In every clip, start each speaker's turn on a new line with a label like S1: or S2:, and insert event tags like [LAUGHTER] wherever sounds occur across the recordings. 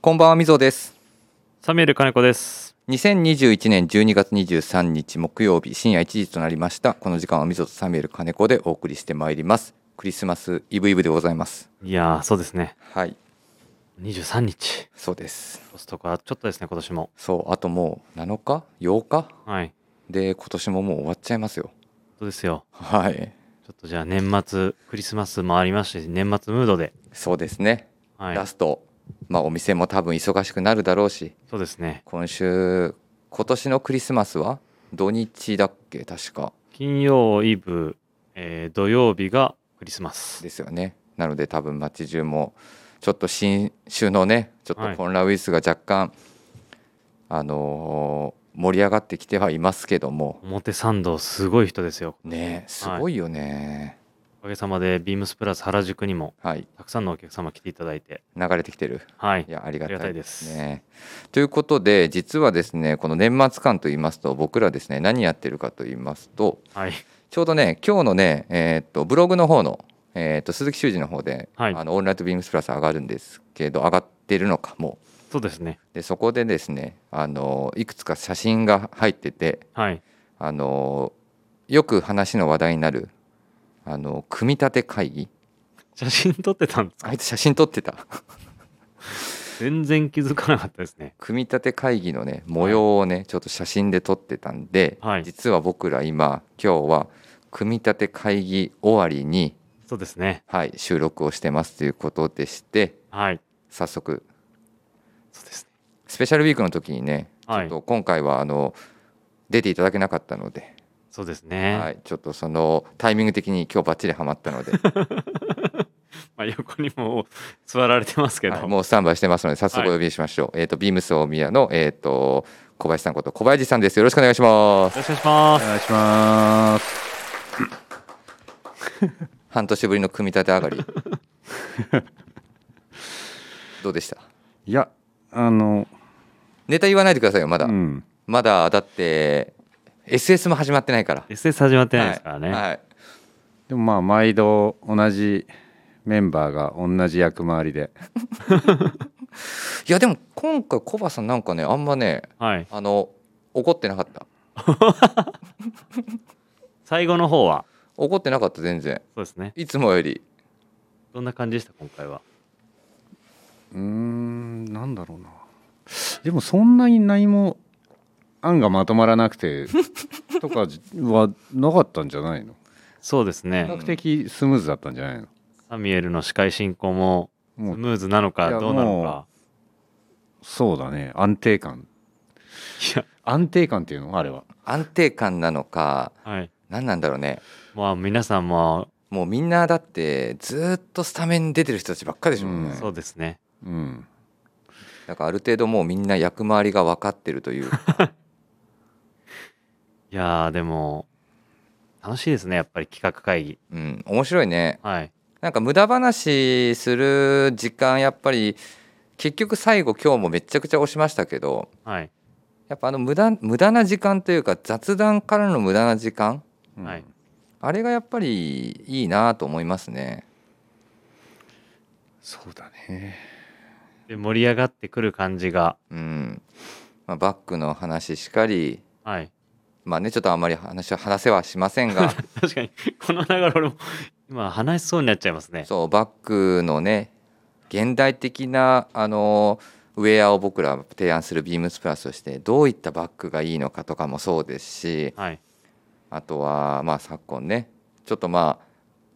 S1: こんばんはみぞです
S2: サミュエル金子です。
S1: 2021年12月23日木曜日深夜1時となりましたこの時間はみぞとサミュエル金子でお送りしてまいりますクリスマスイブイブでございます
S2: いやー、そうですね。
S1: はい
S2: 23日。
S1: そうです
S2: コストコはちょっとですね、今年も。
S1: そうあともう7日8日
S2: はい。
S1: で今年ももう終わっちゃいますよ
S2: そうですよ。
S1: はい
S2: ちょっとじゃあ年末、クリスマスもありましたし、年末ムードで。
S1: そうですね、
S2: はい
S1: ラ。ストまあお店も多分忙しくなるだろうし
S2: そうですね。
S1: 今週今年のクリスマスは土日だっけ確か
S2: 金曜イブ、えー土曜日がクリスマス。
S1: ですよねなので多分街中もちょっと新種のねちょっ
S2: は
S1: と
S2: い
S1: コロナウイルスが若干、あのー盛り上がってきてはいますけども
S2: 表参道、すごい人ですよ。
S1: ねすごいよね
S2: おかげさまで、ビームスプラス原宿にも、
S1: はい、
S2: たくさんのお客様来ていただいて。
S1: 流れてきてる
S2: はい
S1: い。やありがたいです
S2: あり
S1: ね。ということで実はですねこの年末感と言いますと僕らですね何やってるかと言いますと
S2: はい。
S1: ちょうどね今日のね、えーっとブログの方の、えーっと鈴木修二の方で、
S2: はい
S1: あのオンライトビームスプラス上がるんですけど上がってるのかもう
S2: そうですね。
S1: でそこでですねあのいくつか写真が入ってて
S2: はい。
S1: あのよく話の話題になるあの組み立て会議
S2: 写真撮ってたんですか
S1: あいつ写真撮ってた [LAUGHS]
S2: 全然気づかなかったですね。
S1: 組み立て会議のね模様をねちょっと写真で撮ってたんで、
S2: はい
S1: 実は僕ら今今日は組み立て会議終わりに、
S2: そうですね。
S1: はい、収録をしてますということでして
S2: はい。
S1: 早速
S2: そうですね。
S1: スペシャルウィークの時にね、
S2: は
S1: ちょっ
S2: い。
S1: と今回はあの出ていただけなかったので、
S2: そうですね。
S1: はい、ちょっとそのタイミング的に今日バッチリハマったの
S2: [LAUGHS]
S1: で、
S2: まあ、横にもう座られてますけど、
S1: はいもうスタンバイしてますので早速お呼びしましょう、えっ、とビームス大宮のえっ、と小林さんこと小林さんですよろしくお願いします
S2: よろしくお願いします。
S3: お願いします。
S1: 半年ぶりの組み立て上が
S2: [LAUGHS]
S1: りどうでした
S3: いや、あの、
S1: ネタ言わないでくださいよまだ、
S3: うん、
S1: まだだって SS も始まってないから
S2: SS 始まってないですからね。
S1: はいはい
S3: でもまあ毎度同じメンバーが同じ役回りで、
S1: いやでも今回コバさんなんかねあんまね
S2: はい。
S1: あの怒ってなかった
S2: 最後の方は、
S1: 怒ってなかった全然
S2: そうですね。
S1: いつもより
S2: どんな感じでした、今回は。
S3: うーん、なんだろうな。でもそんなに何も案がまとまらなく [LAUGHS] てとかはなかったんじゃないの？
S2: そうです
S3: 比
S2: ね。
S3: 較的スムーズだったんじゃないの？
S2: サミュエルの司会進行も、ス
S3: もう
S2: ムーズなの
S3: い
S2: か、
S3: や
S2: どうなの
S3: も
S2: か。
S3: そうだね、安定感、
S2: いや、
S3: 安定感っていうのあれは。
S1: 安定感なのか
S2: はい。
S1: 何なんだろうね
S2: まあ、皆さんも、
S1: もうみんなだってずーっとスタメン出てる人たちばっかりでしょ、ね
S3: うん
S2: そうですね。
S3: うん、
S1: なんかある程度もうみんな役回りが分かってるという
S2: いやー、でも、楽しいですね、やっぱり企画会議。
S1: うん面白いね
S2: はい。
S1: なんか無駄話する時間やっぱり結局最後今日もめちゃくちゃ押しましたけど
S2: はい。
S1: やっぱあの無駄無駄な時間というか雑談からの無駄な時間
S3: うん
S2: はい。
S1: あれがやっぱりいいなと思いますね
S3: そうだね。
S2: で、盛り上がってくる感じが、
S1: うん、まあ、バックの話しかり
S2: はい。
S1: まあねちょっとあんまり話は話せはしませんが
S2: 確かに、この流れ、俺も、今、話しそうになっちゃいますね。
S1: そうバックのね現代的なあのウェアを僕ら提案するビームスプラスとしてどういったバッグがいいのかとかもそうですし
S2: はい。
S1: あとはまあ昨今ねちょっとまあ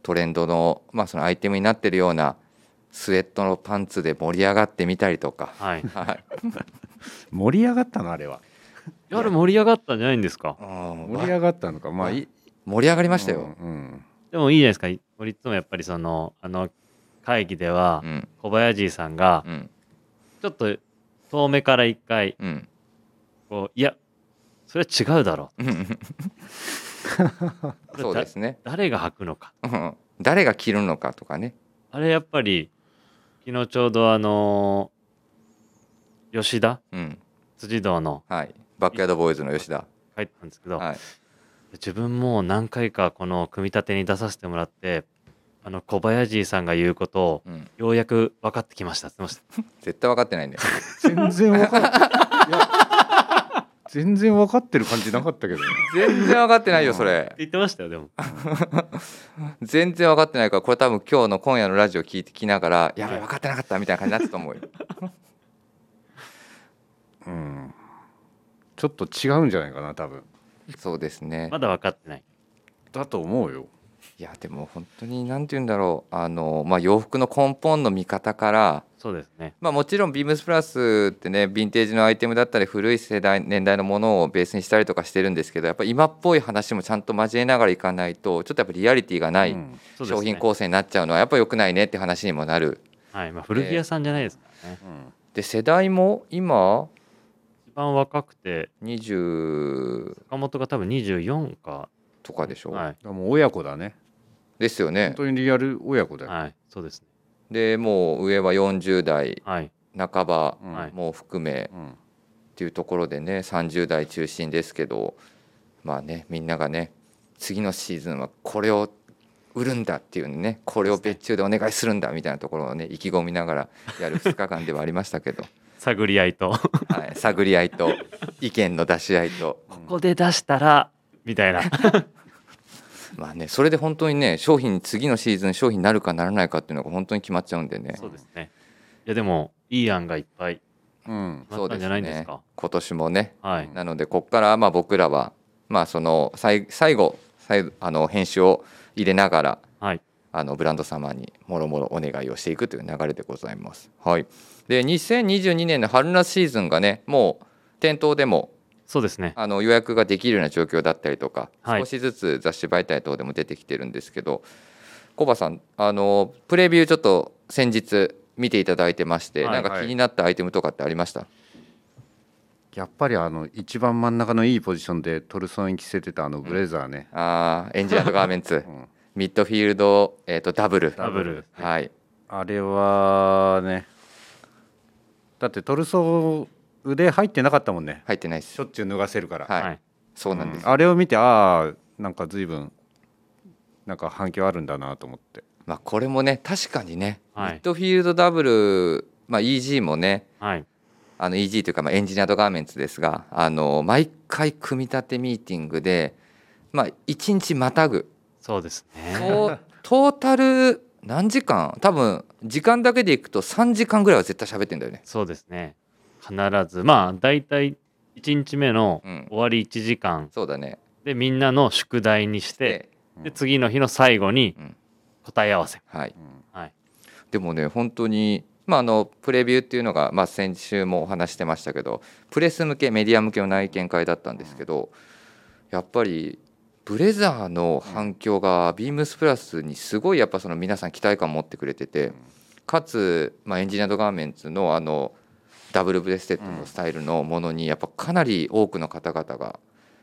S1: トレンドの,、まあそのアイテムになってるようなスウェットのパンツで盛り上がってみたりとか、
S2: はい。 [LAUGHS]
S1: はい、
S3: 盛り上がったのあれは。
S2: いやあれ盛り上がったんじゃないんですか
S1: うん
S3: 盛り上がったのか、まあいい。
S1: 盛り上がりましたよ。
S3: うんうん
S2: でもいいじゃないですか俺いつもやっぱりそのあの会議では
S1: うん
S2: 小林さんが
S1: うん
S2: ちょっと遠目から一回
S1: うん
S2: こういやそれは違うだろ
S1: うん
S3: [LAUGHS]
S2: う
S1: そうですね。
S2: だ誰が履くのか
S1: うん誰が着るのかとかね。
S2: あれやっぱり昨日ちょうどあのー吉田
S1: うん
S2: 辻堂の
S1: はい、バックヤードボーイズの吉田。
S2: 帰ったんですけど、
S1: はい、
S2: 自分も何回かこの組み立てに出させてもらってあの小林さんが言うことを
S1: うん、
S2: ようやく分かってきましたって言ってまし
S1: 絶対分かってないんだよ
S3: 全然わかんないいや全然分かってる感じなかったけどね
S1: 全然分かってないよそれ
S2: た言ってましたよでも
S1: 全然分かってないからこれ多分今日の今夜のラジオ聞いてきながらやべ分かってなかったみたいな感じになってたと思う
S2: [LAUGHS]
S1: よ
S3: うんちょっと違うんじゃないかな多分
S1: そうですね
S2: まだ分かってない
S3: だと思うよ
S1: いやでも本当に何て言うんだろうあの、まあ、洋服の根本の見方から、
S2: そうですね
S1: まあ、もちろんビームスプラスってねヴィンテージのアイテムだったり古い世代年代のものをベースにしたりとかしてるんですけどやっぱ今っぽい話もちゃんと交えながらいかないとちょっとやっぱリアリティがない
S3: うん
S2: そうですね
S1: 商品構成になっちゃうのはやっぱ良くないねって話にもなる。
S2: はいまあ、古着屋さんじゃないですからね、
S3: うん
S1: で世代も今
S2: 一番若くて
S1: 20
S2: 岡本が多分24か
S1: とかでしょ、
S2: は
S3: だからもう親子だね
S1: ですよ
S3: 本
S1: ね。
S3: 当にリアル親子
S2: い、
S3: だよ、
S2: はい、そうですね
S1: でもう上は40代
S2: はい
S1: 半ば
S3: うん
S2: はい
S1: もう含め、
S3: うん
S1: っていうところでね30代中心ですけどまあねみんながね次のシーズンはこれを売るんだっていうねこれを別注でお願いするんだみたいなところをね意気込みながらやる2日間ではありましたけ
S2: [LAUGHS]
S1: ど、
S2: 探り合いとこ
S1: はい、探り合いと意見の出し合いと
S2: こで出したらみたいな
S1: まあねそれで本当にね商品次のシーズン商品になるかならないかっていうのが本当に決まっちゃうんでね
S2: そうですねいやでもいい案がいっぱい
S3: うん
S2: 決まったんじゃないんですか
S1: 今年もね
S2: はい、
S1: なのでここからまあ僕らはまあその最最後最あの編集を入れながら
S2: はい、
S1: あのブランド様にもろもろお願いをしていくという流れでございます。はい、で2022年の春夏シーズンがねもう店頭でも
S2: そうですね
S1: あの予約ができるような状況だったりとか、
S2: はい
S1: 少しずつ雑誌媒体等でも出てきてるんですけどコバさんあのプレビューちょっと先日見ていただいてまして、
S2: はい
S1: なんか気になったアイテムとかってありました、
S3: やっぱりあの一番真ん中のいいポジションでトルソンに着せてたあのブレザーね、
S1: あーエンジニアとガーメンツ
S2: [LAUGHS]
S3: うん
S1: ミッドフィールド、えー、とダブル
S2: ダブル
S1: はい、
S3: あれはねだってトルソン腕入ってなかったもんね
S1: 入ってないです
S3: しょっちゅう脱がせるから、
S1: はいそうなんです、
S3: うんあれを見てああなんか随分なんか反響あるんだなと思って
S1: まあ、これもね確かにね、
S2: はい
S1: ミッドフィールドダブル、まあ、EG もね
S2: はい
S1: あの EG というかまあエンジニアードガーメンツですがあの毎回組み立てミーティングで、まあ、1日またぐ
S2: そうですね
S1: トートータル何時間多分時間だけでいくと3時間ぐらいは絶対喋ってんだよね。
S2: そうですね必ずまあ大体1日目の
S1: うん
S2: 終わり1時間
S1: そうだね
S2: でみんなの宿題にして
S1: で
S2: で次の日の最後に
S1: うん
S2: 答え合わせ、
S1: はい、
S2: はい、
S1: でもね本当に、まあ、あのプレビューっていうのが、まあ、先週もお話してましたけどプレス向けメディア向けの内見会だったんですけどやっぱりブレザーの反響がビームスプラスにすごいやっぱその皆さん期待感持ってくれててかつ、まあ、エンジニアードガーメンツのあのダブルブレステッドのスタイルのものにやっぱかなり多くの方々が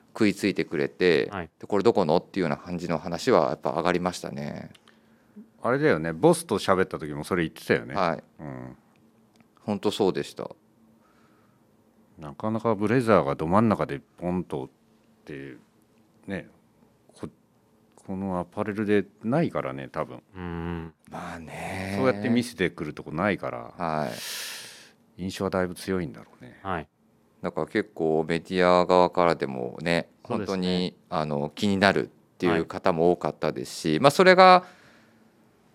S1: 食いついてくれて、
S2: はい
S1: でこれどこのっていうような感じの話はやっぱ上がりましたね。
S3: あれだよねボスと喋った時もそれ言ってたよね、
S1: はい
S3: うん、
S1: 本当そうでした
S3: なかなかブレザーがど真ん中でポンとってねここのアパレルでないからね多分
S2: うーん
S1: まあね
S3: そうやって見せてくるとこないから
S1: はい
S3: 印象はだいぶ強いんだろうね
S2: はい
S1: だから結構メディア側からでもね
S2: そう
S1: 本
S2: です
S1: 当
S2: ね
S1: にあの気になるってい
S2: は
S1: う
S2: い
S1: 方も多かったですし、まあそれが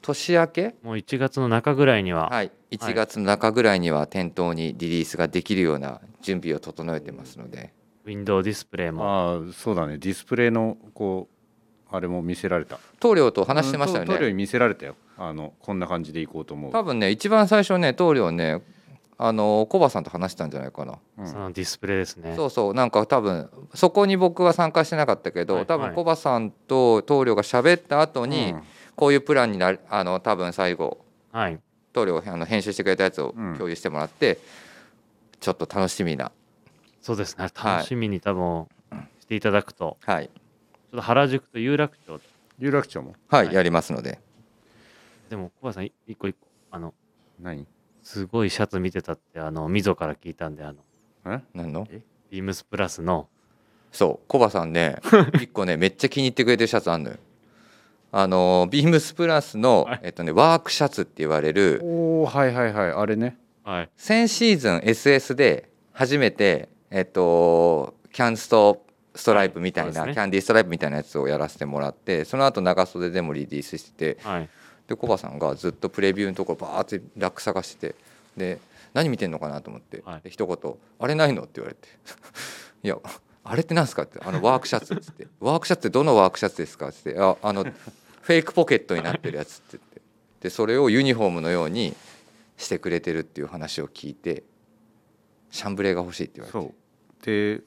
S1: 年明け、
S2: もう1月の中ぐらいには、
S1: はい、1月の中ぐらいには店頭にリリースができるような準備を整えてますので、
S2: ウィンドウディスプレイも
S3: ああそうだねディスプレイのこうあれも見せられた
S1: 棟梁と話してましたよ
S3: うんと棟梁
S1: ね
S3: に見せられたよあのこんな感じでいこうと思う
S1: 多分ね一番最初ね棟梁ねあのコバさんと話したんじゃないかな
S3: うん
S2: そのディスプレイですね
S1: そうそうなんか多分そこに僕は参加してなかったけど、
S2: はい
S1: 多
S2: は
S1: 分
S2: い
S1: コバさんと棟梁が喋った後に、
S3: うん
S1: こういうプランになるあの多分最後
S2: はい
S1: 棟梁あの編集してくれたやつを
S3: うん
S1: 共有してもらって、ちょっと楽しみな
S2: そうですね
S1: はい
S2: 楽しみに多分していただくと、
S1: はい、
S2: ちょっと原宿と有楽町
S3: 有楽町も
S1: はい
S2: はい
S1: やりますので
S2: でも小林さんい一個一個あの
S3: 何
S2: すごいシャツ見てたってあの溝から聞いたんであの
S3: え
S1: 何の
S2: ビームスプラスの [LAUGHS]
S1: そうコバさんね一個ねめっちゃ気に入ってくれてるシャツあんのよあのビームスプラスの、
S2: はい
S1: えっとね、ワークシャツって言われる
S3: おおはいはいはいあれね
S2: はい。
S1: 先シーズン SS で初めて、えっと、キャンストストライプみたい
S2: はい
S1: な、
S2: そうですね
S1: キャンディーストライプみたいなやつをやらせてもらってその後長袖でもリリースしてて
S2: はい。
S1: でコバさんがずっとプレビューのところバーってラック探しててで何見てんのかなと思って、
S2: はい
S1: で一言「あれないの?」って言われて [LAUGHS] 「いやあれってなんですか?」って「あのワークシャツ」っつっ
S2: [LAUGHS]
S1: て「ワークシャツってどのワークシャツですか?」っつって「ああのフェイクポケットになってるやつ」って言ってでそれをユニフォームのようにしてくれてるっていう話を聞いてシャンブレーが欲しいって言われて
S3: そうで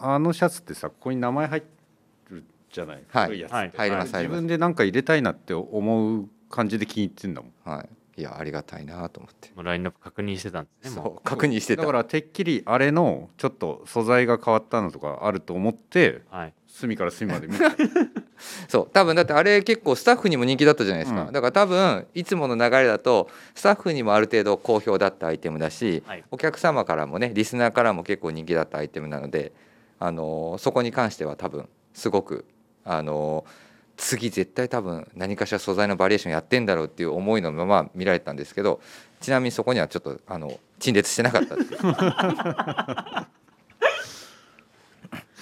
S3: あのシャツってさここに名前入るじゃない、
S1: はい
S3: 古いやつ
S2: はい
S1: 入ります入
S3: 自
S1: ります
S3: 分で何か入れたいなって思う感じで気に入ってんだもん
S1: はいいやありがたいなと思って
S2: もうラインナップ確認してたんですね。も
S1: そう確認してた
S3: だからてっきりあれのちょっと素材が変わったのとかあると思って
S2: うはい。
S3: 隅から隅まで見て
S1: そう多分だってあれ結構スタッフにも人気だったじゃないですか、
S3: うん
S1: だから多分いつもの流れだとスタッフにもある程度好評だったアイテムだし、
S2: はい
S1: お客様からもねリスナーからも結構人気だったアイテムなので、あのーそこに関しては多分すごく、あのー次絶対多分何かしら素材のバリエーションやってんだろうっていう思いのまま見られたんですけどちなみにそこにはちょっとあの陳列してなかったっていう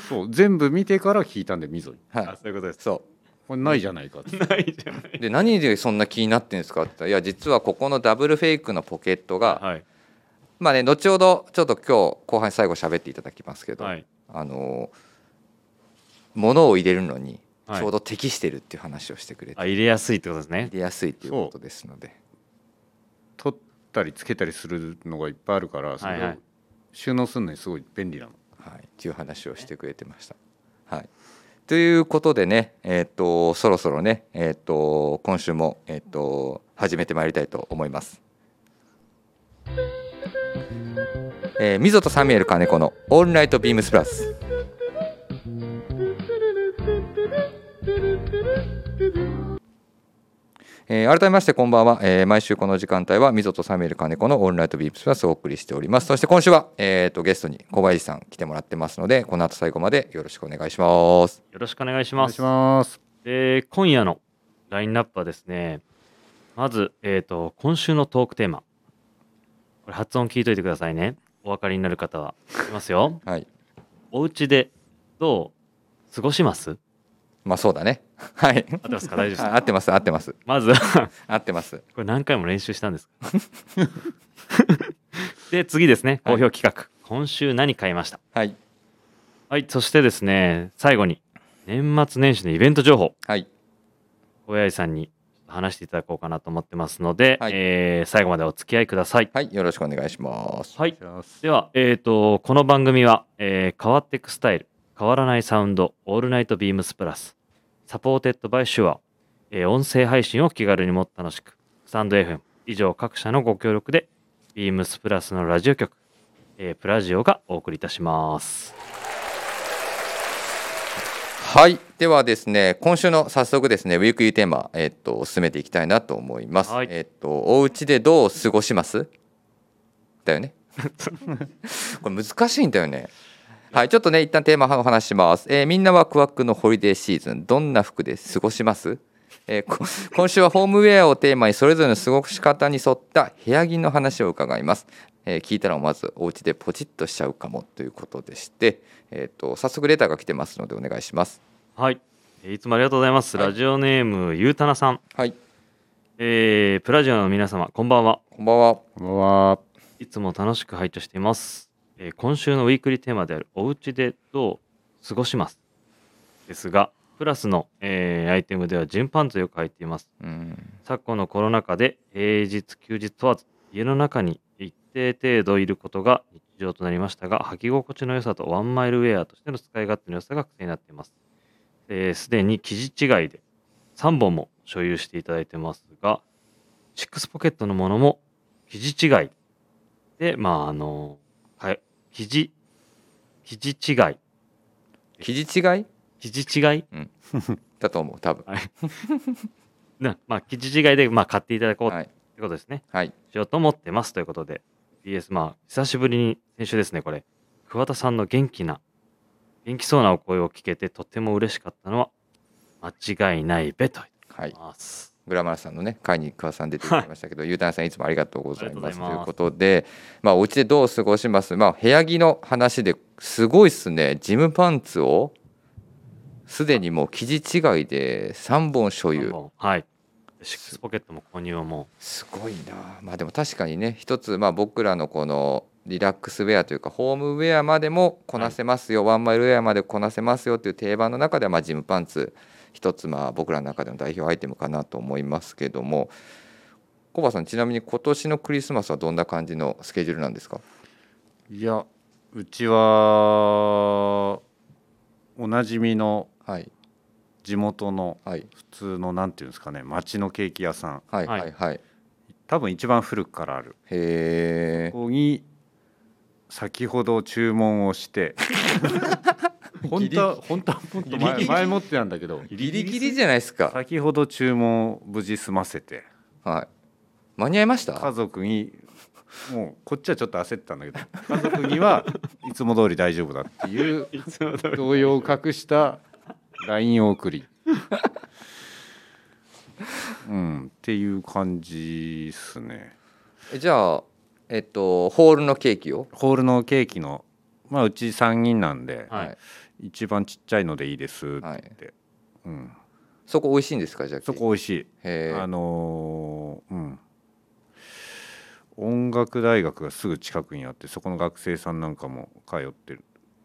S3: そう全部見てから聞いたんで溝に
S1: は
S2: あ
S1: い、
S2: そういうことです。
S1: そう
S3: これないじゃないかって
S2: ないじゃない。
S1: で何でそんな気になってんですかって言ったらいや実はここのダブルフェイクのポケットが、
S2: はい。
S1: まあね、後ほどちょっと今日後半最後喋っていただきますけど、
S2: はい。
S1: あの物を入れるのに
S2: はい
S1: ちょうど適してるっていう話をしてくれて、
S2: あ入れやすいってことですね
S1: 入。れやすいっていうことですので
S3: 取ったりつけたりするのがいっぱいあるからそ
S2: はいは
S3: れを
S2: い
S3: 収納するのにすごい便利なの、
S1: はい、っていう話をしてくれてました。はい、ということでね、えー、とそろそろね、えー、と今週も、えー、と始めてまいりたいと思います。えー、溝とサミュエル金子の「オールナイトビームスプラス」。えー改めましてこんばんは、えー毎週この時間帯は溝とサミュエル金子のオンライトビープスプラスをお送りしておりますそして今週は、えー、とゲストに小林さん来てもらってますのでこの後最後までよろしくお願いします
S2: よろしくお願いし
S3: お願
S2: ま
S3: いし
S2: す。
S3: ます
S2: で、今夜のラインナップはですね、まず、えっ、と、今週のトークテーマ。これ発音聞いといてくださいね。お分かりになる方は。いきま
S1: [LAUGHS]
S2: すよ。
S1: はい
S2: お家でどう過ごします
S1: まあそうだね [LAUGHS] はい
S2: 合ってますか大丈夫です
S1: あ合
S2: か
S1: ってます合ってます
S2: まず [LAUGHS] は、
S1: 合ってます
S2: これ何回も練習したんです
S1: [LAUGHS]
S2: かで、次ですね。好評企画。今週何買いました
S1: はい
S2: はい、そしてですね、最後に、年末年始のイベント情報、
S1: はい
S2: 小林さんに話していただこうかなと思ってますので、
S1: はい
S2: えー最後までお付き合いください。
S1: はいよろしくお願いします
S2: はい、
S3: お願いします
S2: では、えー、とこの番組は、えー変わっていくスタイル変わらないサウンドオールナイトビームスプラスサポーテッドバイシュア、えー音声配信を気軽にもっと楽しくスタンド FM 以上各社のご協力でビームスプラスのラジオ局、えープラジオがお送りいたします
S1: はいではですね今週の早速ですねウィークリーテーマ、えっと進めていきたいなと思います、
S2: はい
S1: えっとお家でどう過ごしますだよ
S2: [LAUGHS]
S1: ねこれ難しいんだよねはいちょっとね一旦テーマをお話しします、えーみんなはクワックのホリデーシーズンどんな服で過ごしますえーこ今週はホームウェアをテーマにそれぞれの過ごし方に沿った部屋着の話を伺います、えー聞いたらまずお家でポチッとしちゃうかもということでして、えー、と早速レターが来てますのでお願いします
S2: はい、えーいつもありがとうございます、
S1: はい
S2: ラジオネームゆうたなさん、
S1: はい
S2: えープラジオの皆様こんばんは
S1: こんばんは。
S3: こんばんはい
S2: つも楽しく拝聴しています、えー今週のウィークリーテーマであるお家でどう過ごしますですがプラスの、えーアイテムではジーンパンツをよく履いています
S1: うん。
S2: 昨今のコロナ禍で平日休日問わず家の中に一定程度いることが日常となりましたが履き心地の良さとワンマイルウェアとしての使い勝手の良さが癖になっていますすで、既に生地違いで3本も所有していただいてますがシックスポケットのものも生地違いでまああのはい生地生地違い
S1: 生地違い
S2: 生地違い
S1: だと思う、多分。
S2: なまあ生地違いで、まあ、買っていただこうっ
S1: はい。
S2: てことですね、
S1: はい。
S2: しようと思ってますということで BS まあ久しぶりに先週ですねこれ桑田さんの元気な元気そうなお声を聞けてとても嬉しかったのは間違いないべと
S1: はい、
S2: ます。
S1: グラマラさんのね会に桑田さん出ていただきましたけど、ゆうたなさんいつもありがとうござい
S2: あ
S1: ま
S2: り
S1: すと
S2: がとうご
S1: い
S2: ざいうます
S1: ことで、まあ、お家でどう過ごします、まあ、部屋着の話ですごいっすねジムパンツをすでにもう生地違いで3本所有
S2: 3本はい。シックスポケットも購入はも
S1: すごいなまあでも確かにね一つまあ僕らのこのリラックスウェアというかホームウェアまでもこなせますよ、ワンマイルウェアまでこなせますよっていう定番の中ではまあジムパンツ一つまあ僕らの中での代表アイテムかなと思いますけどもコバさんちなみに今年のクリスマスはどんな感じのスケジュールなんですか
S3: いやうちはおなじみの
S1: はい
S3: 地元の
S1: はい
S3: 普通のなんていうんですかね町のケーキ屋さん
S1: はいは
S2: はいい
S1: はい、
S3: 多分一番古くからある
S1: へえ
S3: ここに先ほど注文をして [LAUGHS] 本当は本当はもっと
S1: ギリギ
S3: 前
S1: リ
S3: 前もってなんだけど
S1: ギリギリじゃないですか
S3: 先ほど注文を無事済ませて
S1: はい間に合いまし
S3: 家
S1: た
S3: 族にもうこっちはちょっと焦ってたんだけど家族にはいつも通り大丈夫だっていう
S2: う。いつも通り。
S3: 動揺を隠した LINE を送りうんっていう感じですね
S1: えじゃあえっとホールのケーキを
S3: ホールのケーキのまあうち3人なんで、
S2: はい
S3: 一番ちっちゃいのでいいですって言
S1: は
S3: っ
S1: い
S3: て、うん、
S1: そこ美味しいんですかじゃあ
S3: そこ美味しい、
S1: へ
S3: あ
S1: え
S3: のーうん音楽大学がすぐ近くにあってそこの学生さんなんかも通ってる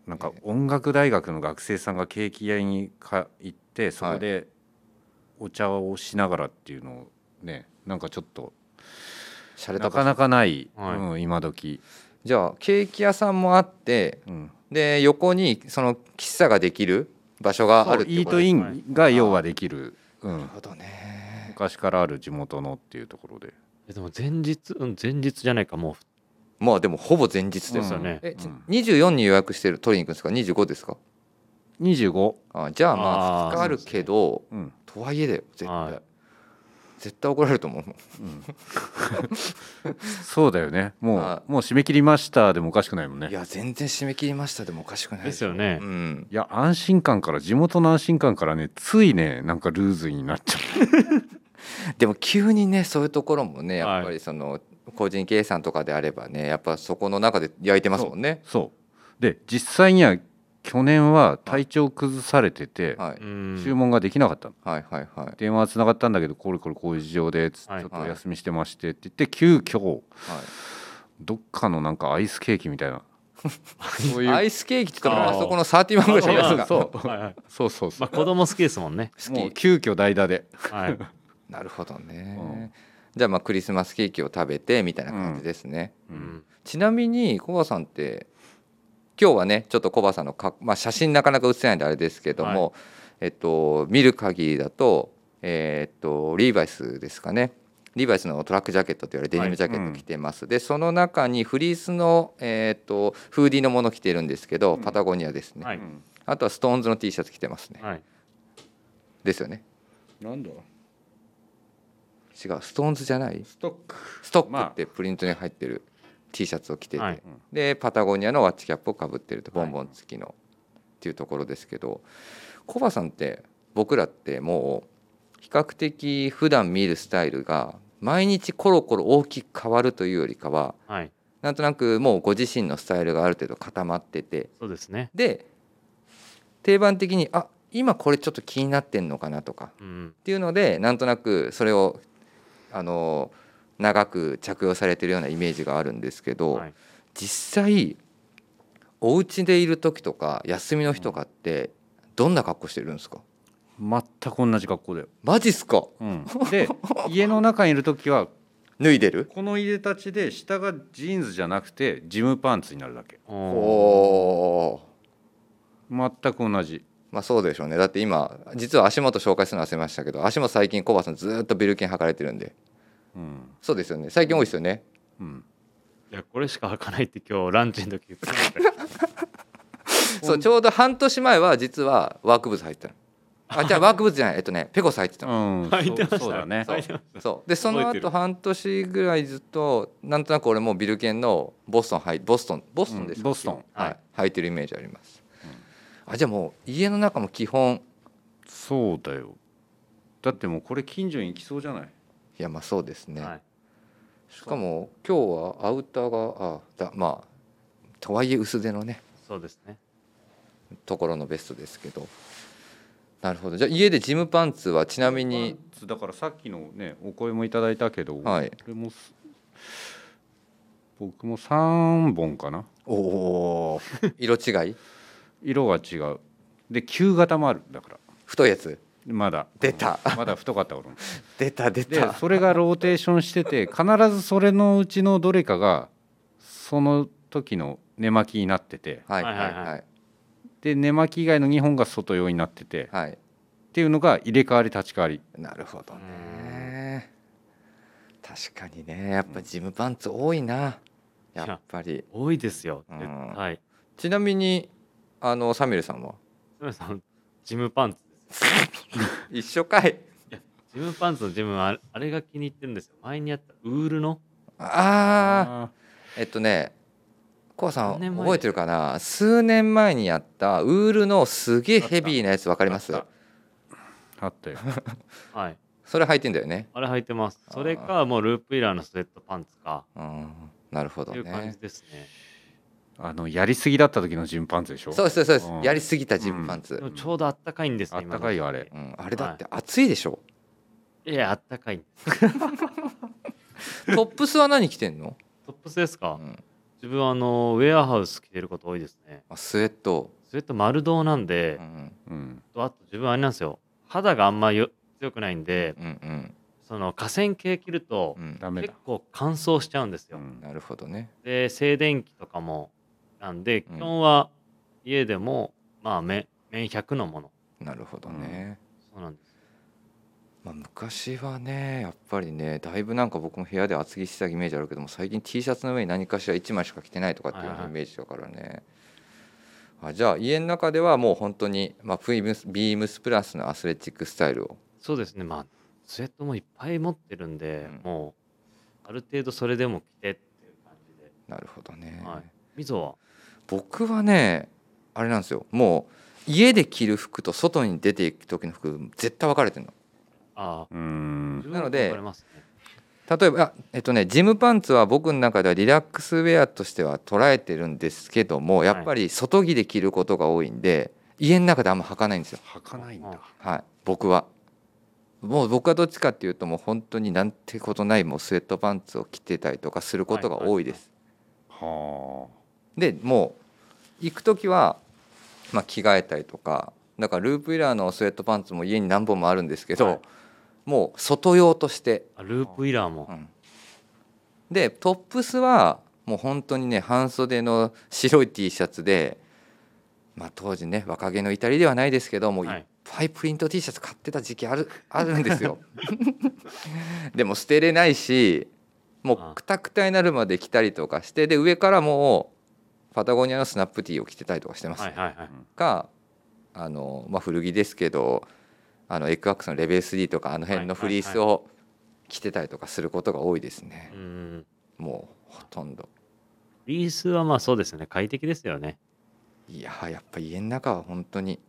S3: なんか音楽大学の学生さんがケーキ屋にか行ってそこでお茶をしながらっていうのをねなんかちょっと
S1: 洒落た
S3: な
S1: 場
S3: か
S1: 所
S3: なかない、
S2: はい
S3: うん、今時、
S1: じゃあケーキ屋さんもあって
S3: うん、
S1: で横にその喫茶ができる場所があるってこ
S3: イー
S1: と
S3: ト
S1: です
S3: イ
S1: ね
S3: ンが要はできる、うん
S1: なる、ほどね
S3: 昔からある地元のっていうところで
S2: えでも前日、うん、前日じゃないか、も
S1: まあでもほぼ前日です
S2: すよね
S1: えち
S3: うん
S1: 24に予約してる取りに行くんですか25ですか
S3: 25、
S1: あじゃあまあ
S2: あー
S1: 2日あるけど、
S3: うん
S1: とはいえだよ絶対、
S2: はい
S1: 絶対怒られると思うもん
S3: うん、そうだよねもう
S1: あ
S3: もう締め切りましたでもおかしくないもんね
S1: いや全然締め切りましたでもおかしくな
S2: う
S1: い
S2: ですよね
S1: う。ん
S3: いや安心感から地元の安心感からねついねなんかルーズになっちゃ
S1: でも急にねそういうところもね
S2: はい
S1: やっぱりその、個人計算とかであればねやっぱそこの中で焼いてますもんね
S3: うそうで実際には去年は体調崩されてて、
S1: はい、
S2: うん
S3: 注文ができなかったの
S1: はいはいはい
S3: 電話つながったんだけどこれこれこういう事情でつちょ
S2: はい
S3: っとお休みしてましてって言って急遽
S1: はい
S3: どっかのなんかアイスケーキみたいなそうい
S1: ア
S3: う
S1: イスケーキって言ったら
S2: あー
S1: あそこの31ぐらいじゃないですか
S3: あそう
S2: はいはい。
S3: そうそうそ
S2: まあ
S3: う、
S2: 子供好きですもんね。
S3: もう
S1: 好き
S3: 急遽代打で
S2: [LAUGHS] はい。
S1: なるほどね、
S3: うん
S1: じゃあまあクリスマスケーキを食べてみたいな感じですね、
S3: う
S2: うんん。
S1: ちなみにコバさんって今日はねちょっとコバさんのか、まあ、写真なかなか写せないんであれですけども、えっと見る限りだとえーっとリーバイスですかねリーバイスのトラックジャケットといわれるデニムジャケット着てます、でその中にフリースの、えーっとフーディーのもの着てるんですけど
S3: うん
S1: パタゴニアですね、
S2: はい
S3: うん
S1: あとはストーンズの T シャツ着てますね、
S2: はい。
S1: ですよね
S3: なんだ
S1: 違うストーンズじゃない
S3: ストック
S1: ストッ
S3: ま
S1: ク
S3: あ
S1: ってプリントに入ってる T シャツを着ていて、
S2: はい
S1: でパタゴニアのワッチキャップをかぶってるとボ
S2: はい
S1: ンボン付きの、っていうところですけどコバさんって僕らってもう比較的普段見るスタイルが毎日コロコロ大きく変わるというよりかは
S2: はい。
S1: なんとなくもうご自身のスタイルがある程度固まってて
S2: そうですね。
S1: で定番的にあ今これちょっと気になってんのかなとか
S2: うん
S1: っ。ていうのでなんとなくそれをあの長く着用されてるようなイメージがあるんですけど、
S2: はい
S1: 実際お家でいる時とか休みの日とかってどんな格好してるんですか
S3: 全く同じ格好だよ、
S1: マジっすか
S3: うん、で家の中にいる時は
S1: 脱いでる
S3: このいでたちで下がジーンズじゃなくてジムパンツになるだけ
S1: お
S2: おー
S1: おー
S3: 全く同じ
S1: まあそうでしょうねだって今実は足元紹介するの忘れましたけど足元最近コバさんずーっとビルケン履かれてるんで
S3: うん
S1: そうですよね最近多いですよね
S3: うん
S2: いやこれしか履かないって今日ランチの時言ってましたよ。
S1: そうちょうど半年前は実はワークブーツ履いてたのあじゃあワークブーツじゃないえっとねペコス履いてたの
S3: うん
S2: 履いてました
S3: そうそうだね
S1: そう
S2: いてま
S1: そうでその
S2: 覚えて
S1: 後
S2: る
S1: 半年ぐらいずっとなんとなく俺もビルケンのボストンはいボストンボストンですか、
S3: うんボストン
S1: はい、履いてるイメージあります、あじゃあもう家の中も基本
S3: そうだよだってもうこれ近所に行きそうじゃない
S1: いやまあそうですね、
S2: はい、
S1: しかも今日はアウターがあだまあとはいえ薄手のね
S2: そうですね。
S1: ところのベストですけどなるほどじゃあ家でジムパンツはちなみに
S3: パンツだからさっきのねお声もいただいたけど、
S1: はい
S3: これもす僕も3本かな
S1: おお色違い
S3: 色が違うで旧型もあるだから
S1: 太いやつ
S3: まだ
S1: 出た
S3: まだ太かった俺も
S1: 出た出
S3: でそれがローテーションしてて必ずそれのうちのどれかがその時の寝巻きになってて
S1: はいはいは
S2: はいはいはい
S3: で寝巻き以外の2本が外用になってて
S1: はい
S3: っていうのが入れ替わり立ち替わり
S1: なるほどね確かにねやっぱジムパンツ多いなやっぱり
S2: 多いですよ。
S1: うん
S2: 絶対。
S1: ちなみにあのサミュエルさんは
S2: サメさん、ジムパンツですよ。
S1: 一緒かい
S2: ジムパンツのジムはあれあれが気に入ってるんですよ。前にやったウールの。
S1: ああ
S3: あ
S1: えっとねコアさん
S2: 何年前
S1: 覚えてるかな数年前にやったウールのすげえヘビーなやつわかります
S3: あっあったよ
S2: はい。
S1: それ履いてんだよね
S2: あれ履いてます。それか、もうループイラーのスウェットパンツか。
S1: うんなるほ
S2: と
S1: ど
S2: いう感
S1: ね
S2: じですね。
S3: あのやりすぎだった時のジムパンツでしょ
S1: そうそうそうです
S3: うん
S1: やりすぎたジムパンツ
S2: でもちょうどあったかいんですよ。
S3: あったかいよあれ
S1: うんあれだって暑いで
S2: [LAUGHS]
S1: しょ
S2: いや、あったかいんです。
S1: トップスは何着てんの
S2: トップスですか、
S1: うん
S2: 自分はあの、ウェアハウス着てること多いですね。
S1: あスウェット
S2: それと丸胴なん
S1: う
S2: で、
S1: ん
S3: うん
S2: あと自分あれなんですよ。肌があんまよ強くないんで、
S1: うんうん
S2: その河川系着ると
S1: う、ん
S3: ダメだ
S2: 結構乾燥しちゃうんですよ。
S3: うん
S1: なるほどね
S2: で、静電気とかもなんで、
S1: うん
S2: 基本は家でも、まあ、め綿100のもの。
S1: なるほどね
S2: そうなんです。
S1: まあ昔はねやっぱりねだいぶなんか僕も部屋で厚着してたイメージあるけども最近 T シャツの上に何かしら1枚しか着てないとかっていうよう
S2: はい
S1: な
S2: は
S1: イ
S2: い
S1: メージだからね、あじゃあ家の中ではもう本当にまあ、ビームスビームスプラスのアスレチックスタイルを
S2: そうですね。まあ、スウェットもいっぱい持ってるんで、
S1: うん
S2: もう、ある程度それでも着てっていう感じで。
S1: なるほどね、
S2: はいみぞは
S1: 僕はねあれなんですよもう家で着る服と外に出ていく時の服絶対分かれてるの
S2: ああ、
S3: うーん
S1: なので
S2: 自分も分かれますね
S1: 例えばあえっとねジムパンツは僕の中ではリラックスウェアとしては捉えてるんですけどもやっぱり外着で着ることが多いんで家の中であんま履かないんですよ、
S3: 履かないんだ
S1: はい、僕はもう僕はどっちかっていうともう本当になんてことないもうスウェットパンツを着てたりとかすることが多いです、
S3: は
S1: でもう行く時は、まあ、着替えたりとかだからループイラーのスウェットパンツも家に何本もあるんですけど、
S2: はい
S1: もう外用として
S2: あループイラーも、
S1: うんでトップスはもう本当にね半袖の白い T シャツで、まあ、当時ね若気の至りではないですけどもうい
S2: はい
S1: っぱいプリント T シャツ買ってた時期あるあるんですよ。 [LAUGHS] でも捨てれないしも
S2: あ
S1: うくたくたになるまで着たりとかしてで上からもうパタゴニアのスナップティーを着てたりとかしてます
S2: はいはいはい、
S1: かあの、まあ、古着ですけどあのエッグワックスのレベル3とかあの辺のフリースを着てたりとかすることが多いですね
S2: う、ん
S1: もうほとんど
S2: リースはまあそうですね快適ですよね [LAUGHS]
S1: いやーやっぱ家の中は本当に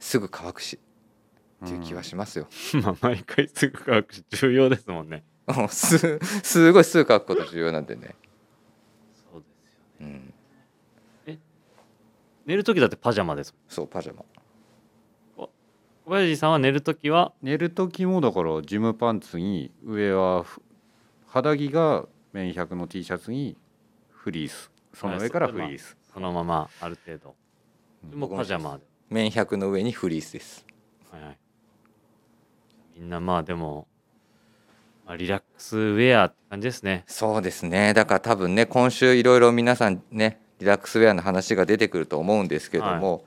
S1: すぐ乾くし
S3: あ
S1: っていう気はしますよ、
S2: まあ毎回すぐ乾くし重要ですもんね
S1: もう [LAUGHS] すすごいすぐ乾くこと重要なんでね、
S2: そうですよね
S1: うん、
S2: 寝る時だってパジャマですもん
S1: そうパジャマ
S2: 小林さんは寝る時は
S3: 寝る時もだからジムパンツに上はふ肌着が綿100の T シャツにフリースその上からフリース
S2: そのままある程度、もうパジャマで、
S1: 綿100の上にフリースです
S2: はいはい、みんなまあでも、まあ、リラックスウェアって感じですね
S1: そうですねだから多分ね今週いろいろ皆さんねリラックスウェアの話が出てくると思うんですけども、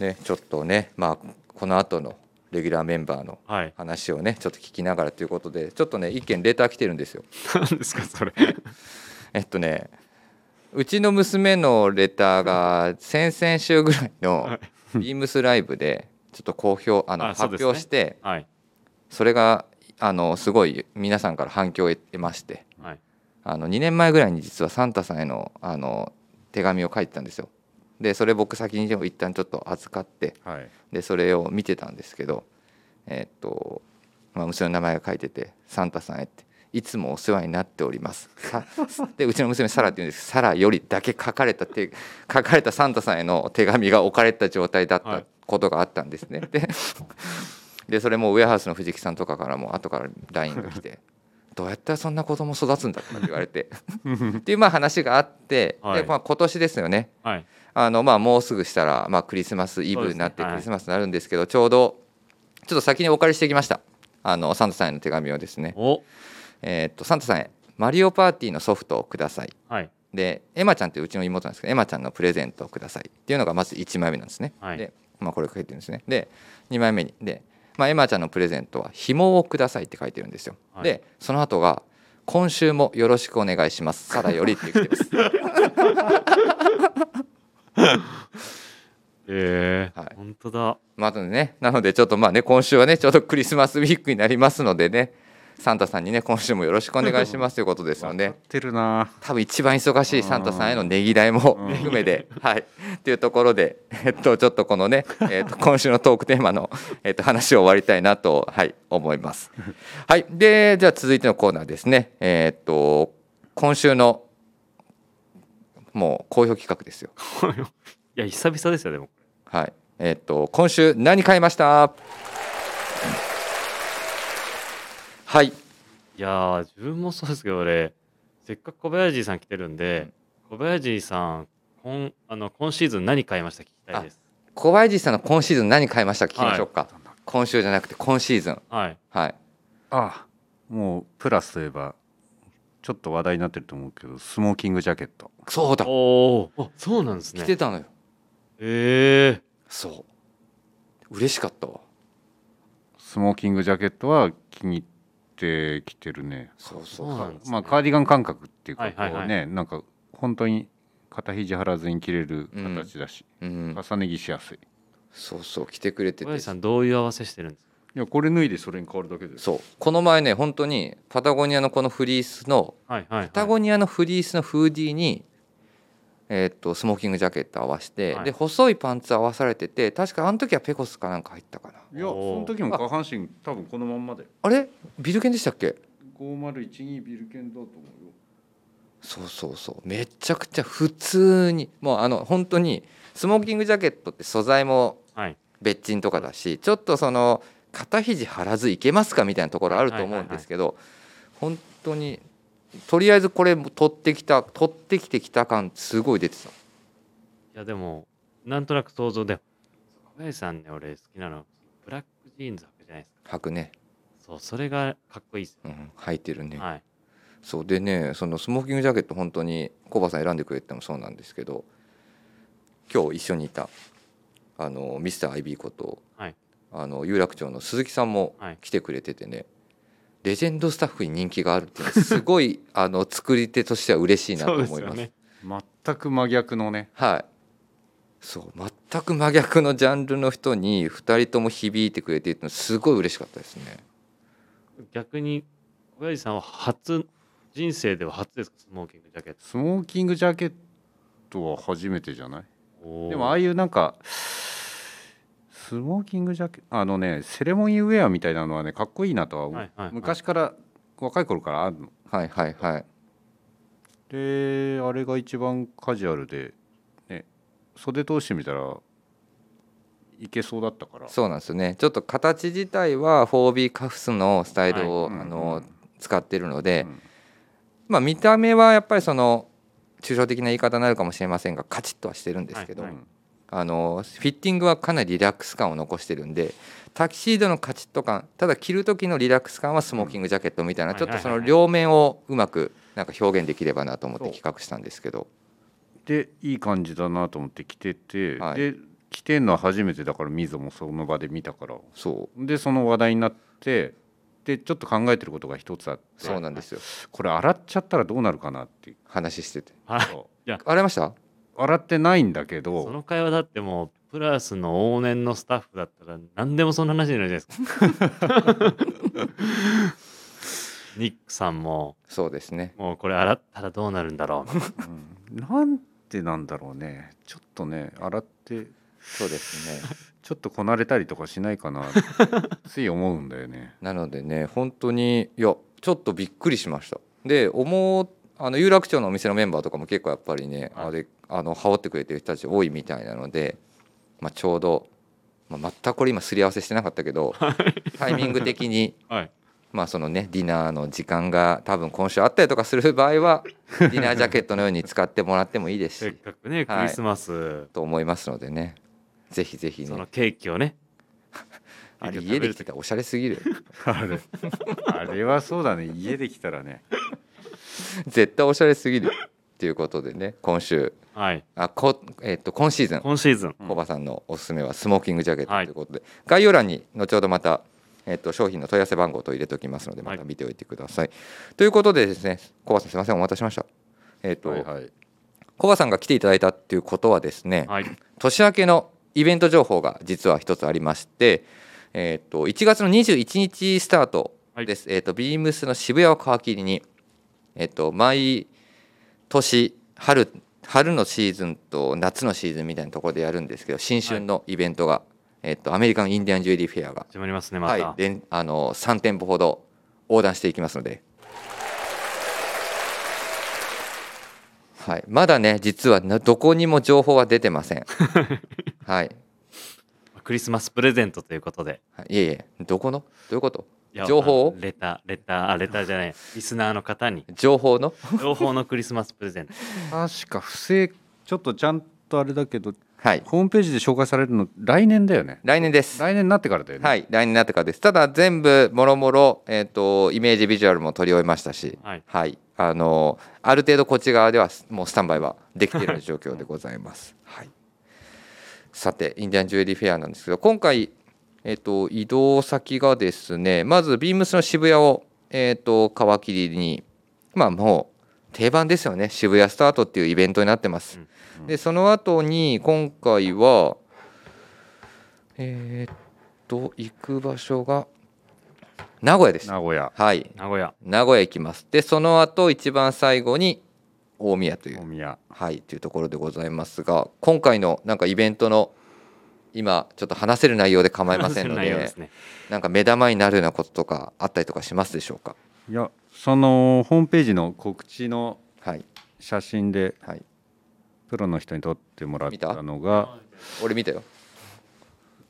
S1: ね、ちょっとね、まあ、この後のレギュラーメンバーの
S2: はい
S1: 話をねちょっと聞きながらということでちょっとね意見レター来てるんですよ。
S2: [LAUGHS] 何ですかそれ
S1: えっとねうちの娘のレターが先々週ぐらいの
S2: は
S1: ビームスライブでちょっと公表あの
S2: あ
S1: 発
S2: そうですね
S1: 表して
S2: はい
S1: それがあのすごい皆さんから反響を得まして
S2: はい
S1: あの2年前ぐらいに実はサンタさんへのあの手紙を書いてたんですよでそれ僕先にでも一旦ちょっと預かって
S3: はい
S1: でそれを見てたんですけどえーっと、まあ、娘の名前が書いてて「サンタさんへ」って「いつもお世話になっております」
S2: [LAUGHS]
S1: さでうちの娘サラって言うんですけどサラよりだけ書かれた手書かれたサンタさんへの手紙が置かれた状態だっ
S2: は
S1: た
S2: い
S1: ことがあったんです
S2: [LAUGHS]
S1: ね。ででそれもウェアハウスの藤木さんとかからも後から LINE が来
S2: [LAUGHS]
S1: て「どうやったらそんな子供育つんだ」とかって言われてっていうまあ話があって、
S2: はい
S1: でまあ、今年ですよね
S2: はい。
S1: あのまあもうすぐしたら、まあ、クリスマスイ
S2: そう
S1: ブ
S2: ですね
S1: になって
S2: はい
S1: クリスマスになるんですけどちょうどちょっと先にお借りしてきましたあのサンタさんへの手紙をですね、
S2: お
S1: えーっとサンタさんへ「マリオパーティーのソフトをください
S2: はい」
S1: でエマちゃんっていううちの妹なんですけどエマちゃんのプレゼントをくださいっていうのがまず1枚目なんですね、
S2: はい
S1: で、まあ、これ書いてるんですねで2枚目にで、まあ、エマちゃんのプレゼントは「紐をください」って書いてるんですよ、
S2: はい
S1: でその後が「今週もよろしくお願いします」「サラより」って言ってます
S2: え
S1: はい
S2: 本当だ。
S1: まあ、ね、なのでちょっとまあね今週はねちょうどクリスマスウィークになりますのでねサンタさんにね今週もよろしくお願いします [LAUGHS] ということですの
S3: 分
S1: で
S3: かってるな
S1: 多分一番忙しいサンタさんへのねぎらいも
S3: うん
S1: 含めで、はい、というところで、えっと、ちょっとこのね、えっと、今週のトークテーマの、えっと、話を終わりたいなと、はい、思います。はい、でじゃあ続いてのコーナーですね、えっと今週のもう好評企画ですよ。
S2: いや、久々ですよ、でも。
S1: はい、えっと今週何買いましたはい
S2: いやー、自分もそうですけど、俺、せっかく小林さん来てるんで、小林さん、今あの今シーズン何買いました聞きたいです。
S1: 小林さんの今シーズン何買いましたか聞きましょうか、
S3: い
S1: 今週じゃなくて今シーズン
S2: はい。
S1: はい
S3: あもうプラスといえばちょっと話題になってると思うけどスモーキングジャケット
S1: そうだ
S2: おお、あそうなんです
S1: 来
S2: ね。
S1: てたのよ
S2: え
S1: そう嬉しかったわ
S3: スモーキングジャケットは気に入ってきてるね
S1: そう
S2: そ
S1: そうう
S2: なんですね
S3: まあカーディガン感覚っていうか
S2: はい
S3: こ
S2: はいうはい
S3: ねなんか本当に肩肘張らずに着れる形だし、
S1: うん、
S3: 重ね着しやすい
S1: そうそう来てくれてて
S2: 小林さん、どういう合わせしてるんですか
S3: いやこれ脱いでそれに変わるだけで
S1: そうこの前ね本当にパタゴニアのこのフリースの
S2: はいはい、はい。
S1: パタゴニアのフリースのフーディーに、えーっとスモーキングジャケット合わせて、
S2: はい
S1: で細いパンツ合わされてて確かあの時はペコスかなんか入ったかない
S3: や
S2: おー
S3: その時も下半身多分このまんまで
S1: あれビルケンでしたっけ
S3: 5012ビルケンだと思うよ
S1: そうそうそうめちゃくちゃ普通にもうあの本当にスモーキングジャケットって素材も
S2: はい。
S1: 別賃とかだしちょっとその肩肘張らずいけますかみたいなところあると思うんですけど本当にとりあえずこれ取ってきた取ってきてきた感すごい出てた
S2: いやでもなんとなく想像で小林さんね俺好きなのブラックジーンズ履くじゃないですか
S1: 履くね、
S2: そうそれがかっこいいです
S1: う
S2: よ、
S1: ん、履いてるね、
S2: はい
S1: そうでねそのスモーキングジャケット本当にコバさん選んでくれてたのもそうなんですけど今日一緒にいたあのミスターアイビーこと、
S2: はい
S1: あの有楽町の鈴木さんも
S2: はい
S1: 来てくれててね、レジェンドスタッフに人気があるっていうのはすごい
S2: [LAUGHS]
S1: あの作り手としては嬉しいなと
S2: そう
S1: 思
S2: で
S1: いますす
S2: よね
S3: 全く真逆のね
S1: はいそう全く真逆のジャンルの人に2人とも響いてくれてっていうのはすごい嬉しかったですね
S2: 逆に小林さんは初人生では初ですかスモーキングジャケッ
S3: スモーキングジャケットは初めてじゃない
S2: ト
S3: でもああ
S2: い
S3: いうなんかスモーキングジャケあのねセレモニーウェアみたいなのはねかっこいいなとは思う、
S2: はいはいはい
S3: 昔から若い頃からあるの
S1: はいはいはい
S3: であれが一番カジュアルで、ね、袖通してみたらいけそうだったから
S1: そうなんですよねちょっと形自体は 4B カフスのスタイルを、
S3: うん
S1: あ
S3: う
S1: の
S3: ん
S1: 使ってるので、
S3: うん
S1: まあ、見た目はやっぱりその抽象的な言い方になるかもしれませんがカチッとはしてるんですけど、
S2: はい
S3: うん
S1: あのフィッティングはかなりリラックス感を残してるんでタキシードのカチッと感ただ着る時のリラックス感はスモーキングジャケットみたいな、
S2: うん
S1: ちょっとそ
S2: は
S1: の
S2: いはいはいはい
S1: 両面をうまくなんか表現できればなと思って
S3: そう
S1: 企画したんですけど
S3: でいい感じだなと思って着てて、
S1: はい
S3: で着てんのは初めてだから溝もその場で見たから
S1: そう
S3: でその話題になってでちょっと考えてることが一つあって
S1: そうなんですよ
S3: これ洗っちゃったらどうなるかな [LAUGHS] っていう
S1: 話してて
S2: あ
S3: そ
S1: 洗いました
S3: う洗ってないんだけ
S2: そ
S3: ど
S2: の会話だってもうプラスの往年のスタッフだったら何でもそんな話になるじゃないです
S1: [LAUGHS]
S2: かニックさんも
S1: そうですね [LAUGHS]
S2: もうこれ洗ったらどうなるんだろうみたいな
S3: うんなんてなんだろうねちょっとね洗って
S1: そうですね
S3: ちょっとこなれたりとかしないかな [LAUGHS] つい思うんだよね
S1: なのでね本当にいやちょっとびっくりしましたで思うあの有楽町のお店のメンバーとかも結構やっぱりね
S2: はい
S1: あれあの羽織ってくれてる人たち多いみたいなので、まあ、ちょうど、まあ、全くこれ今すり合わせしてなかったけ
S2: [LAUGHS]
S1: どタイミング的に
S2: はい。
S1: まあそのねディナーの時間が多分今週あったりとかする場合
S2: [LAUGHS]
S1: はディナージャケットのように使ってもらってもいいです
S2: せっ
S1: し
S2: かくね、ク
S1: はい
S2: リスマス、
S1: と思いますのでねぜひぜひ
S2: その
S1: ね
S2: ケーキをね。
S1: [LAUGHS] あれ
S2: ケーキ
S1: 家
S2: を食べ
S1: で
S2: る
S1: 来
S2: 時
S1: たらおしゃれすぎ
S2: [LAUGHS]
S1: る
S3: あれあれはそうだね家できたらね
S1: 絶対おしゃれすぎるということでね今週
S2: はい。
S1: あこ、えっと今シーズン
S2: 今シーズン。
S1: コバさんのおすすめはスモーキングジャケット
S2: はい
S1: ということで、概要欄に後ほどまた、えっと商品の問い合わせ番号と入れておきますので
S2: は
S1: ま
S2: い
S1: た見ておいてください。ということでですねコバさんすいませんお待たせしました。えっと
S3: はいはい
S1: コバさんが来ていただいたっていうことはですね、
S2: はい。
S1: 年明けのイベント情報が実は一つありまして、えー、と1月の21日スタートです、えー、とビームスの渋谷を皮切りに、えー、と毎年春春のシーズンと夏のシーズンみたいなところでやるんですけど新春のイベントが、えー、とアメリカン・インディアン・ジュエリー・フェアが、
S2: 始まりますね、ま
S1: はい
S2: た。、
S1: 連あの3店舗ほど横断していきますので。はい、まだね実はなどこにも情報は出てませ
S2: [LAUGHS]
S1: んはい
S2: クリスマスプレゼントということで。
S1: はいいえいえどこのどういうこと
S2: いや
S1: [LAUGHS] 情報を
S2: あのレター、レター、あ、レターじゃない。リスナーの方
S1: [LAUGHS]
S2: に、
S1: 情報の
S2: 情報のクリスマスプレゼント。
S3: 確か不正ちょっとちゃんとあれだけど
S1: はい
S3: ホームページで紹介されるの来年だよね
S1: 来年です
S3: 来年になってからだよね、
S1: はい来年になってからですただ全部もろもろえっ、とイメージビジュアルも取り終えましたし
S2: はい
S1: あのある程度こっち側ではすもうスタンバイはできている状況でございます、はい、さてインディアンジュエリーフェアなんですけど今回、えっと移動先がですねまずビームスの渋谷を、えっと皮切りにまあもう定番ですよね渋谷スタートっていうイベントになってます、
S2: うん
S3: うん
S1: でその後に今回はえーっと行く場所が名古屋です
S3: 名古屋
S1: はい
S2: 名古屋。
S1: 名古屋行きますでその後一番最後に大宮とい
S3: 大
S1: う
S3: 宮
S1: はいというところでございますが今回のなんかイベントの今ちょっと話せる内容で構いませんので
S2: [LAUGHS] 内容ですね。
S1: なんか目玉になるようなこととかあったりとかしますでしょうか
S3: いやそのホームページの告知の
S1: はい
S3: 写真で
S1: はい
S3: プロの人に撮ってもらったのが
S1: 俺見たよ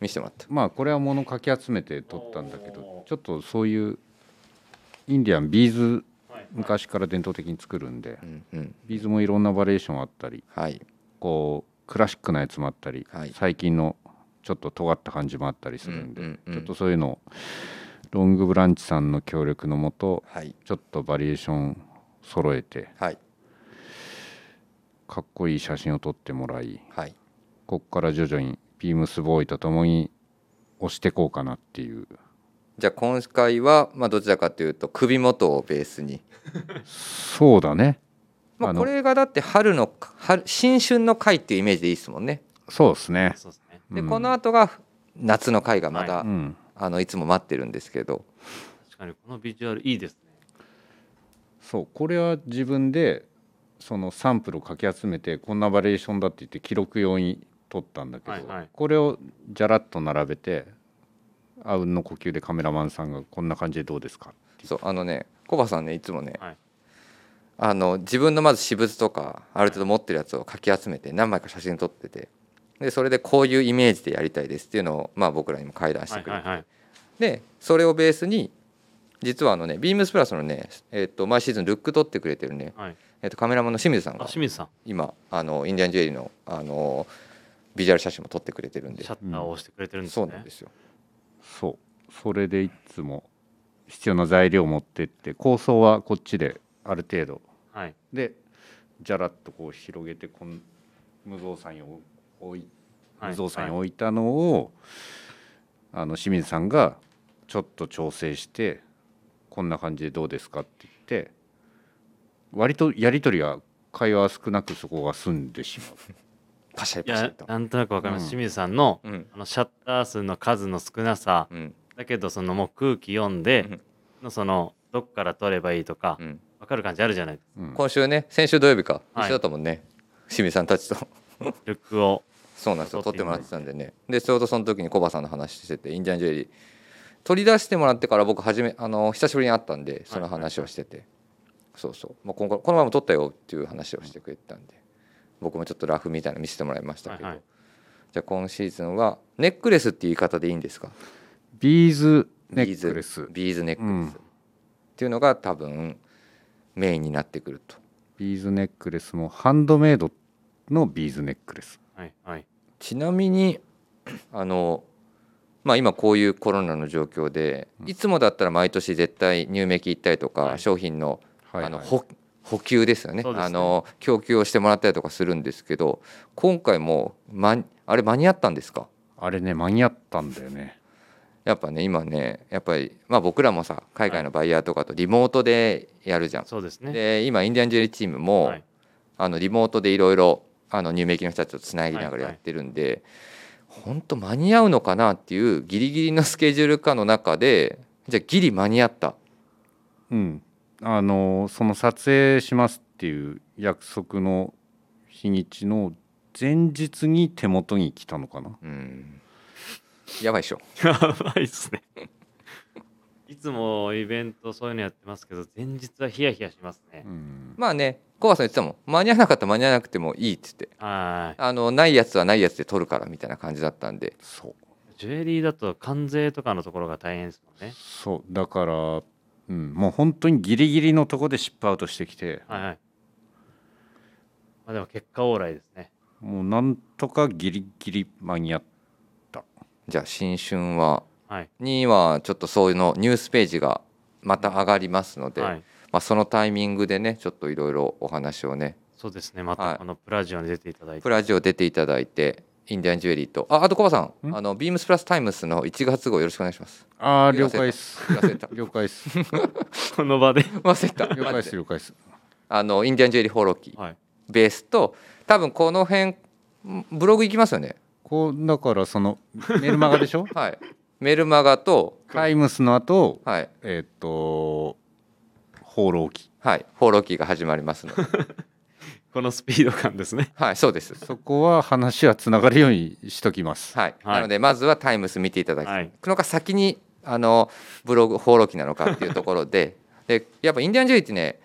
S1: 見せてもらった
S3: まあこれは物かき集めて撮ったんだけどちょっとそういうインディアンビーズ昔から伝統的に作るんで
S1: うんうん
S3: ビーズもいろんなバリエーションあったり
S1: はい
S3: こうクラシックなやつもあったり、
S1: はい
S3: 最近のちょっと尖った感じもあったりするんで、
S1: うんうんうん
S3: ちょっとそういうのをロングブランチさんの協力のもと
S1: はい
S3: ちょっとバリエーション揃えて
S1: はい
S3: かっこいい写真を撮ってもらい
S1: はい
S3: ここから徐々にビームスボーイとともに押してこうかなっていう
S1: じゃあ今回はまあどちらかというと首元をベースに
S3: そうだね
S1: まあ
S3: あの
S1: これがだって春の春新春の会っていうイメージでいいですもんね
S3: そうですね
S2: そうですね。
S1: で、
S3: うん
S1: この後が夏の会がまだ、
S2: は
S3: うん
S1: あのいつも待ってるんですけど
S2: 確かに、このビジュアルいいですね。
S3: そうこれは自分でそのサンプルをかき集めてこんなバリエーションだって言って記録用に撮ったんだけど、
S2: はいはい
S3: これをじゃらっと並べてあうんの呼吸でカメラマンさんがこんな感じでどうですか
S1: そうあのねコバさんねいつもね、
S2: はい
S1: あの自分のまず私物とかある程度持ってるやつをかき集めて何枚か写真撮っててでそれでこういうイメージでやりたいですっていうのを、まあ、僕らにも会談して
S2: はい
S1: くれて、
S2: はいはい。
S1: でそれをベースに実はあのねビームスプラスのね、えっと毎シーズンルック撮ってくれてるね、
S2: はい。
S1: えっとカメラマンの清水さん
S2: あ、
S1: が
S2: 清水さ
S1: 今あのインディアンジュエリーのあのビジュアル写真も撮ってくれてるん
S2: ん、
S1: で
S2: シャッターを押してくれてるんです
S1: そ
S2: ね。
S1: うなんですよ
S3: そうそれでいつも必要な材料を持ってって構想はこっちである程度
S2: はい。
S3: でじゃらっとこう広げてこん無造作に置い
S2: はい
S3: 無造作に置いたのを、あの清水さんがちょっと調整してこんな感じでどうですかって言って割とやり取りは会話は少なくそこが済んでしまう。
S1: パシャリ
S2: い
S1: パシャリ
S2: や
S1: と、
S2: なんとなくわかります。
S3: うん
S2: 清水さんの、
S1: うん
S2: あのシャッター数の数の少なさ、
S1: うん
S2: だけどそのもう空気読んで、
S1: うん
S2: のそのどっから取ればいいとか
S1: うん、
S2: わかる感じあるじゃないですか。
S3: うん
S1: 今週ね先週土曜日か
S2: はい
S1: 一緒だったもんね、清水さんたちと [LAUGHS]
S2: ルックを
S1: そうなんですよ
S2: 撮
S1: 撮
S2: っ
S1: ってて
S2: も
S1: も
S2: ら
S1: ら
S2: っ
S1: っててたんでねでちょうどその時にコバさんの話しててインディアンジェリー取り出してもらってから僕初めあの久しぶりに会ったんでその話をしてて、そうそう、まあ、今後この前も撮ったよっていう話をしてくれてたんで僕もちょっとラフみたいなの見せてもらいましたけど、
S2: はいはい
S1: じゃあ今シーズンはネックレスっていう言い方でいいんですか
S3: ビーズネ
S1: ビー
S3: ッ
S1: ズ
S3: クレス
S1: ビーズネックレス、
S3: うん
S1: っていうのが多分メインになってくると
S3: ビーズネックレスもハンドメイドのビーズネックレス
S2: はいはい
S1: ちなみにあの、まあ、今こういうコロナの状況で、
S3: うん
S1: いつもだったら毎年絶対入メキ行ったりとか、
S2: はい
S1: 商品の,、
S3: はい
S1: あの
S3: はい
S1: 補補給ですよね
S2: そうですね
S1: あの供給をしてもらったりとかするんですけど今回も、ま、あれ間に合ったんですか
S3: あれね間に合ったんだよね
S1: やっぱね今ねやっぱり、まあ、僕らもさ海外のバイヤーとかとリモートでやるじゃん。
S2: そうですね
S1: で今インディアンジェリーチームも、
S2: はい、
S1: あのリモートでいろいろあの入名機の人たちとつなぎながらやってるんで、本当間に合うのかなっていうギリギリのスケジュール化の中でじゃあギリ間に合った
S3: うんあのその撮影しますっていう約束の日にちの前日に手元に来たのかな
S1: うんやばいっしょ
S2: やばいっすね。いつもイベントそういうのやってますけど、前日はヒヤヒヤしますね
S3: う。ん
S1: まあねコバさん言ってたもん間に合わなかったら間に合わなくてもいいっつって
S2: は
S1: あのないやつはないやつで取るからみたいな感じだったんで
S3: そう
S2: い。ジュエリーだと関税とかのところが大変ですもんね。
S3: そうだから、うん、もう本当にギリギリのとこでシップアウトしてきて、
S2: はいはい。まあでも結果オーライですね。
S3: もうなんとかギリギリ間に合っ
S1: じゃあ新春は
S2: はい。
S1: にはちょっとそういうのニュースページがまた上がりますので、
S2: はい。
S1: まあ、そのタイミングでねちょっといろいろお話をね
S2: そうですね。ま
S1: は
S2: た
S1: い
S2: このプラジオに出ていただいて。
S1: プラジオ出ていただいて、インディアンジュエリーと、あ、あとコバさん、
S3: ん
S1: あのビームスプラスタイムスの1月号よろしくお願いし
S2: [LAUGHS]
S1: ます。
S3: ああ
S1: 言
S3: 了
S1: わせた
S3: 解っす
S1: 言わせた
S3: 了解っす
S2: この場で。
S1: 忘れた。
S3: 了解っ
S1: 待っ
S3: す
S1: て
S3: 了解っす
S1: あのインディアンジュエリー放浪記、
S2: はい。
S1: ベースと、多分この辺んブログ行きますよね。
S3: こうだからそのメルマガで
S2: [LAUGHS]
S3: しょ
S1: はい。メルマガと、
S3: タイムスの後
S1: はい
S3: えーっ、と放浪記
S1: はい放浪記が始まりますの
S2: [LAUGHS]
S1: で、
S2: このスピード感ですね。
S1: はいそうです。
S3: そこは話はつながるようにしときます、
S1: はい。
S2: はい
S1: なのでまずはタイムス見ていただき、
S2: はい
S1: のか先にあのブログ放浪記なのかっていうところで、でやっぱインディアンジュエリーってね、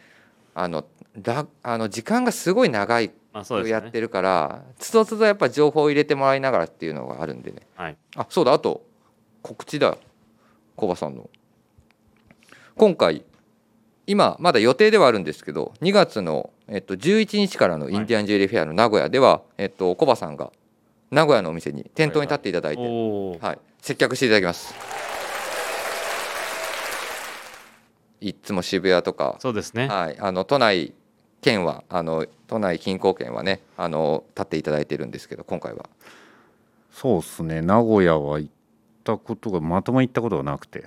S1: あのらあの時間がすごい長い
S2: まあそうですね。
S1: やってるからつどつどやっぱ情報を入れてもらいながらっていうのがあるんでね
S2: はい。
S1: あそうだあと告知だよコバさんの今回今まだ予定ではあるんですけど2月の、えっと、11日からのインディアンジュエリーフェアの名古屋では、えっと、コバさんが名古屋のお店に店頭に立っていただいて、はい
S2: おお。
S1: 接客していただきますいっつも渋谷とか
S2: そうですね。
S1: はい、あの都内県はあの都内近郊県はねあの立っていただいてるんですけど今回は
S3: そうっすね名古屋は行ったことがまともに行ったことがなくて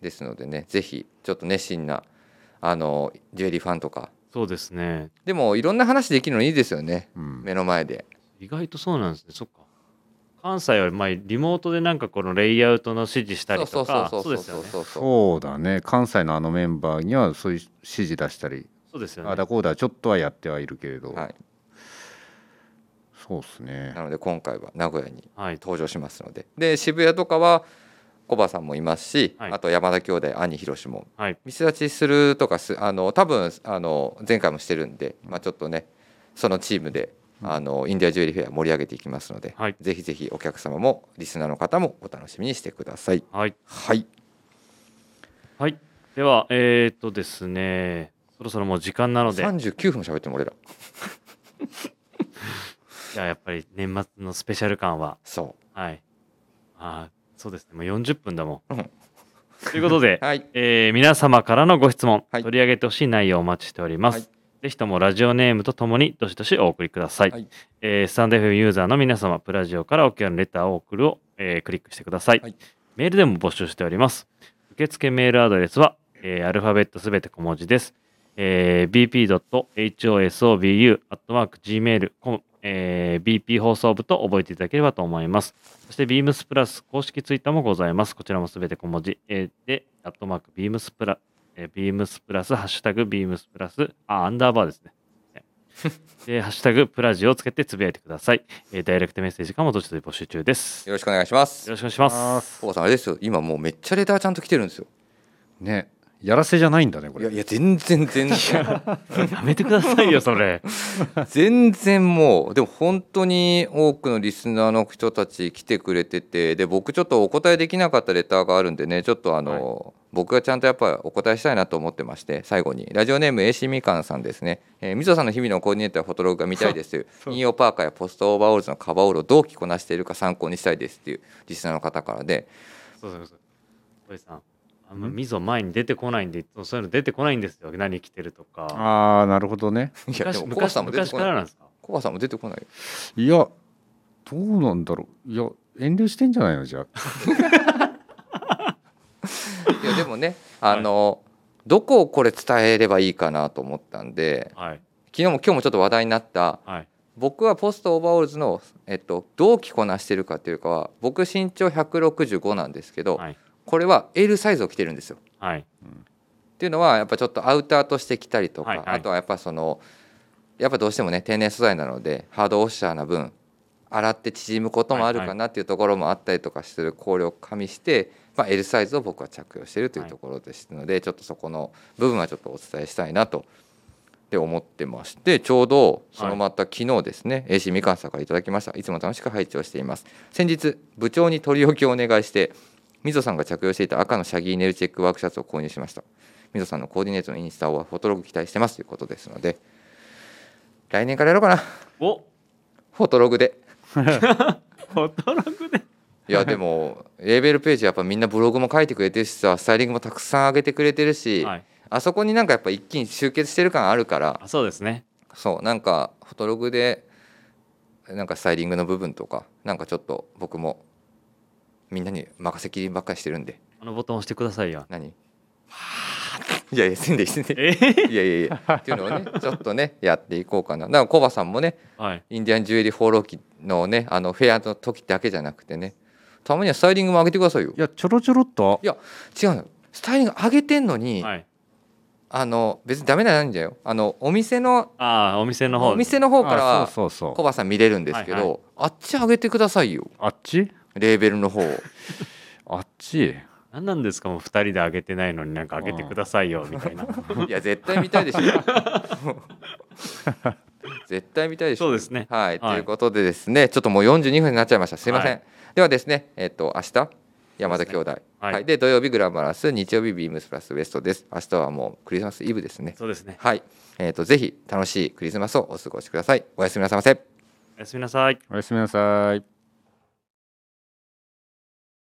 S1: ですのでねぜひちょっと熱心なあのジュエリーファンとか
S2: そうですね。
S1: でもいろんな話できるのいいですよね
S3: うん
S1: 目の前で
S2: 意外とそうなんですね。そっか。関西はまあリモートでなんかこのレイアウトの指示したりとか、そうですよね。
S1: そうそう
S3: そうだね関西のあのメンバーにはそういう指示出したり、
S2: そうですよ
S3: ああ
S2: ね。
S3: だこうだちょっとはやってはいるけれど、
S1: はい
S3: そうですね
S1: なので今回は名古屋に
S2: はい。
S1: 登場しますのでで渋谷とかはコバさんもいますし、
S2: はい
S1: あと山田兄弟兄ひろしも
S2: はい。
S1: 店立ちするとかすあの多分あの前回もしてるんで、まあ、ちょっとねそのチームであのインディアジュエリーフェア盛り上げていきますので、
S2: はい
S1: ぜひぜひお客様もリスナーの方もお楽しみにしてください。
S2: はい。
S1: はい、
S2: はい。では、えー、っとですね、そろそろもう時間なので、い
S1: 39分も喋っても俺ら
S2: ややっぱり年末のスペシャル感は、
S1: そ
S2: はい。あーそうですね、もう40分だもん。
S1: うん
S2: というこ
S1: [LAUGHS]
S2: とで
S1: う、はい
S2: えー皆様からのご質問、
S1: はい
S2: 取り上げてほしい内容をお待ちしております。
S1: はい
S2: ぜひともラジオネームとともにどしどしお送りください。
S1: はい
S2: えースタンド FM ユーザーの皆様、プラジオからお気軽にレターを送るを、えークリックしてください,、
S1: はい
S2: メールでも募集しております。受付メールアドレスは、えーアルファベットすべて小文字です。えー bp.hosobu.gmail.com、えー bp 放送部と覚えていただければと思います。そして、ビームスプラス公式ツイッターもございます。こちらもすべて小文字、えーで、アットマーク、 [LAUGHS] ビームスプラ、えー、ビームスプラス、ハッシュタグ、ビームスプラス、あ、アンダーバーですね。えーハッシュタグプラジをつけてつぶやいてください。えーダイレクトメッセージかもどちらで募集中です。よ
S1: よろしくお願いします
S2: ろしくお願いします。
S1: おばさんあれですよ今もうめっちゃレターちゃんと来てるんですよ
S3: ねやらせじゃないんだねこ
S1: い
S3: れ
S1: やいや全然全然
S2: やめてくださ [LAUGHS] いよ、それ。
S1: 全然もうでも本当に多くのリスナーの人たち来てくれててで僕ちょっとお答えできなかったレターがあるんでねちょっとあの、僕がちゃんとやっぱりお答えしたいなと思ってまして最後にラジオネーム AC みかんさんですね、えー、みぞさんの日々のコーディネートやフォトログが見たいですという
S3: う
S1: 引用パーカーやポストオーバーオールズのカバーオールをどう着こなしているか参考にしたいですっていうリスナーの方からで
S2: そうそうそう。おじさん、あんま
S3: ん
S2: みぞ前に出てこないんで、いつもそういうの出てこないんですよ。何着てるとか。
S3: ああなるほどね
S1: いやで
S2: 昔
S1: もコバ
S2: 昔
S1: さんも出て
S2: 昔
S1: こ
S2: か
S1: な
S2: ら
S1: い
S2: なんですか
S1: コバさんも出てこないよ
S3: いやどうなんだろういや遠慮してんじゃないのじゃあ
S1: いやでも
S2: [LAUGHS]
S1: ねあの、どこをこれ伝えればいいかなと思ったんで
S2: はい。
S1: 昨日も今日もちょっと話題になった
S2: はい。
S1: 僕はポストオーバーオールズの、えっと、どう着こなしてるかというかは僕身長165なんですけど、
S2: はい。
S1: これは L サイズを着てるんですよ。
S2: はい。
S1: っていうのはやっぱちょっとアウターとして着たりとか、
S2: はいはい
S1: あとはやっぱそのやっぱどうしてもね天然素材なのでハードオッシャーな分洗って縮むこともあるかなっていうところもあったりとかする考慮を加味して、まあ、L サイズを僕は着用しているというところですので、ちょっとそこの部分はちょっとお伝えしたいなと。で思ってましてちょうどそのまた昨日ですね、AC みかんさんからいただきましたいつも楽しく拝聴しています先日部長に取り置きをお願いしてみぞさんが着用していた赤のシャギーネルチェックワークシャツを購入しましたみぞさんのコーディネートのインスタはフォトログ期待してますということですので来年からやろうかな
S2: お
S1: フォトログで
S2: 働くね。
S1: いやでもレーベルページやっぱみんなブログも書いてくれてるしさスタイリングもたくさん上げてくれてるし、
S2: はい。
S1: あそこになんかやっぱ一気に集結してる感あるから
S2: あ、そうですね。
S1: そうなんかフォトログでなんかスタイリングの部分とかなんかちょっと僕もみんなに任せきりばっかりしてるんで
S2: あのボタン押してくださいよ。
S1: 何 [LAUGHS] いやいやせんでいいせんでいい
S2: えー
S1: いやいやいやっていうのを
S3: [LAUGHS]
S1: ねちょっとねやっていこうかなだからコバさんもね
S2: はい。
S1: インディアンジュエリー放浪記のねあのフェアの時だけじゃなくてねたまにはスタイリングも上げてくださいよ
S3: いやちょろちょろっと
S1: 違うのスタイリング上げてんのに、
S2: はい。
S1: あの別にダメなんじゃよあのお店の
S2: ああ、お店の方。
S1: お店の方から
S3: あ
S1: は
S3: そうそう
S1: コ
S3: そう
S1: バさん見れるんですけど、
S2: はいは
S1: あっち上げてくださいよ
S3: あっち
S1: レーベルの方
S2: [LAUGHS]
S1: を
S3: あっち
S2: 何なんですかもう2人であげてないのになんかあげてくださいよみたいな
S1: いや絶対見たい
S2: [LAUGHS]
S1: でしょ絶対見たいでしょ
S2: そうですね
S1: はい、
S2: は
S1: と
S2: い
S1: いうことでですねちょっともう42分になっちゃいましたすいません、
S2: は
S1: ではですねえっ、と明日山田兄弟、
S2: はい
S1: はい、で土曜日グランバランス日曜日ビームスプラスウエストです明日はもうクリスマスイブですね
S2: そうですね
S1: はいえっ、とぜひ楽しいクリスマスをお過ごしくださいおやすみなさいませ
S2: おやすみなさい
S3: おやすみなさい